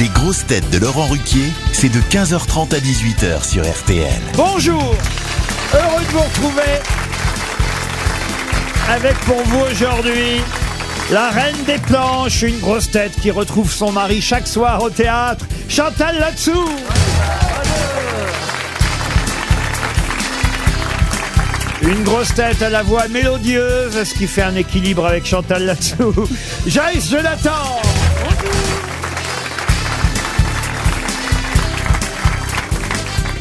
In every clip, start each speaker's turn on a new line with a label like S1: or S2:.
S1: Les grosses têtes de Laurent Ruquier, c'est de 15h30 à 18h sur RTL.
S2: Bonjour Heureux de vous retrouver avec pour vous aujourd'hui la reine des planches, une grosse tête qui retrouve son mari chaque soir au théâtre, Chantal Latsou Une grosse tête à la voix mélodieuse, ce qui fait un équilibre avec Chantal Latsou, Joyce Jonathan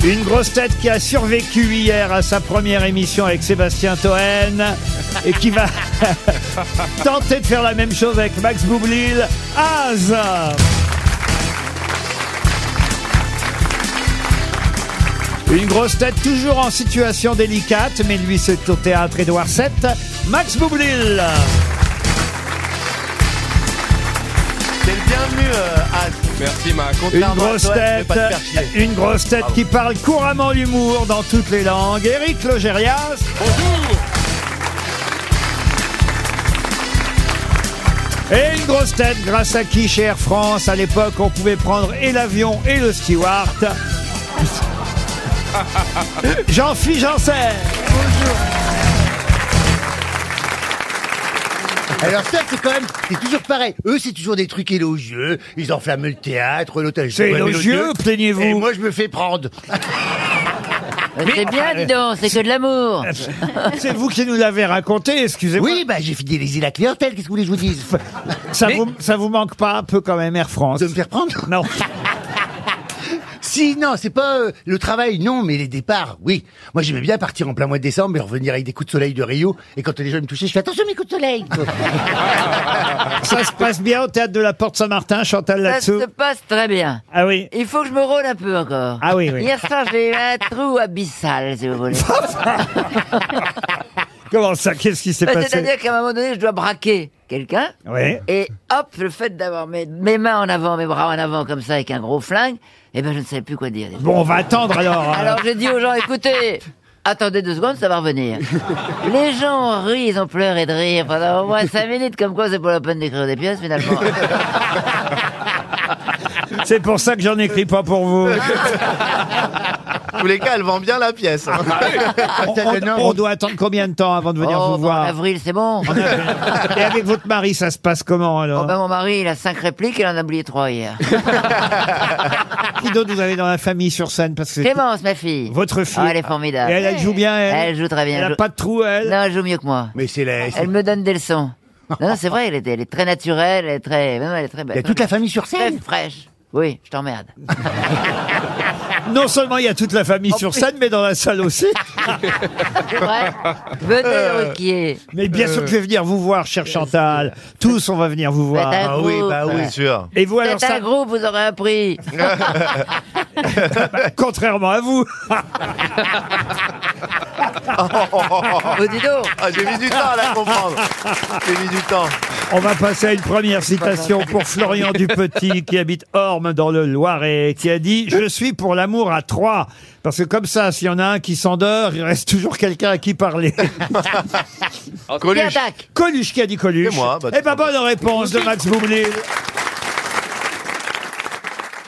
S2: Une grosse tête qui a survécu hier à sa première émission avec Sébastien Toen et qui va tenter de faire la même chose avec Max Boublil. Az Une grosse tête toujours en situation délicate, mais lui c'est au théâtre Édouard VII, Max Boublil.
S3: T'es le bienvenu, euh, Az. Merci, ma
S2: Une grosse tête, une grosse tête qui parle couramment l'humour dans toutes les langues, Éric Logérias.
S3: Bonjour
S2: Et une grosse tête grâce à qui chez Air France, à l'époque, on pouvait prendre et l'avion et le steward. Jean-Philippe Janssen.
S4: Alors ça, c'est quand même, c'est toujours pareil. Eux, c'est toujours des trucs élogieux. Ils enflamment le théâtre, l'hôtel.
S2: C'est élogieux, plaignez-vous.
S4: Et moi, je me fais prendre.
S5: C'est bien, dis donc, c'est que de l'amour.
S2: C'est vous qui nous l'avez raconté, excusez-moi.
S4: Oui, bah j'ai fidélisé la clientèle. Qu'est-ce que vous voulez que je vous dise
S2: Ça, vous, ça vous manque pas un peu quand même Air France
S4: De me faire prendre
S2: Non.
S4: Si, non, c'est pas euh, le travail, non, mais les départs, oui. Moi, j'aimais bien partir en plein mois de décembre et revenir avec des coups de soleil de Rio. Et quand les gens me touchaient, je fais attention mes coups de soleil.
S2: ça se passe bien au théâtre de la Porte Saint-Martin, Chantal
S5: Ça
S2: là-dessous.
S5: se passe très bien.
S2: Ah oui.
S5: Il faut que je me rôle un peu encore.
S2: Ah oui, Ah, oui.
S5: Hier soir, j'ai eu un trou abyssal, si vous voulez.
S2: Comment ça Qu'est-ce qui s'est
S5: Bah,
S2: passé
S5: C'est-à-dire qu'à un moment donné, je dois braquer quelqu'un.
S2: Oui.
S5: Et hop, le fait d'avoir mes, mes mains en avant, mes bras en avant comme ça, avec un gros flingue, eh ben, je ne savais plus quoi dire.
S2: Bon, on va attendre alors. hein.
S5: Alors j'ai dit aux gens, écoutez, attendez deux secondes, ça va revenir. Les gens ont ri, ils ont pleuré de rire pendant au moins cinq minutes, comme quoi c'est pas la peine d'écrire des pièces finalement.
S2: C'est pour ça que j'en écris pas pour vous.
S3: En tous les cas, elle vend bien la pièce. hein.
S5: Ah,
S2: On, on- on doit attendre combien de temps avant de venir
S5: oh,
S2: vous
S5: bon, en
S2: voir
S5: avril, c'est bon.
S2: Et avec votre mari, ça se passe comment
S5: Oh,
S2: alors
S5: ben, mon mari, il a cinq répliques, il en a oublié trois hier.
S2: Qui d'autre vous avez dans la famille sur scène parce que c'est
S5: Clémence, ma fille.
S2: votre fille.
S5: Oh, elle est formidable.
S2: Et elle, elle joue bien. Elle,
S5: Elle joue très bien.
S2: Elle
S5: Elle
S2: a
S5: joue-
S2: pas de trou. Elle.
S5: Non, elle joue mieux que moi.
S4: mais c'est la... c'est-
S5: Elle me donne des leçons. Non, non, c'est vrai, elle est, elle est très naturelle, elle est très, non, elle est très
S4: Il y
S5: belle.
S4: a toute la famille sur
S5: Très
S4: scène.
S5: fraîche. Oui, je t'emmerde.
S2: Non seulement il y a toute la famille sur scène, mais dans la salle aussi.
S5: C'est vrai. Venez, Ruquier.
S2: Mais bien sûr que je vais venir vous voir, cher Chantal. Tous, on va venir vous
S5: Faites un
S2: voir.
S5: groupe.
S3: oui, bah oui, sûr.
S2: Et vous, alors
S5: Faites
S2: ça,
S5: un groupe, vous aurez un prix.
S2: contrairement à vous.
S5: Oh, dis donc.
S3: Ah, j'ai mis du temps à la comprendre. J'ai mis du temps.
S2: On va passer à une première citation pour Florian Dupetit, qui habite Orme dans le Loiret, qui a dit « Je suis pour l'amour à trois ». Parce que comme ça, s'il y en a un qui s'endort, il reste toujours quelqu'un à qui parler.
S3: Coluche.
S5: Pierre Dac.
S2: Coluche qui a dit Coluche.
S3: Et moi, bah,
S2: eh ben, bonne réponse de Max Boublil.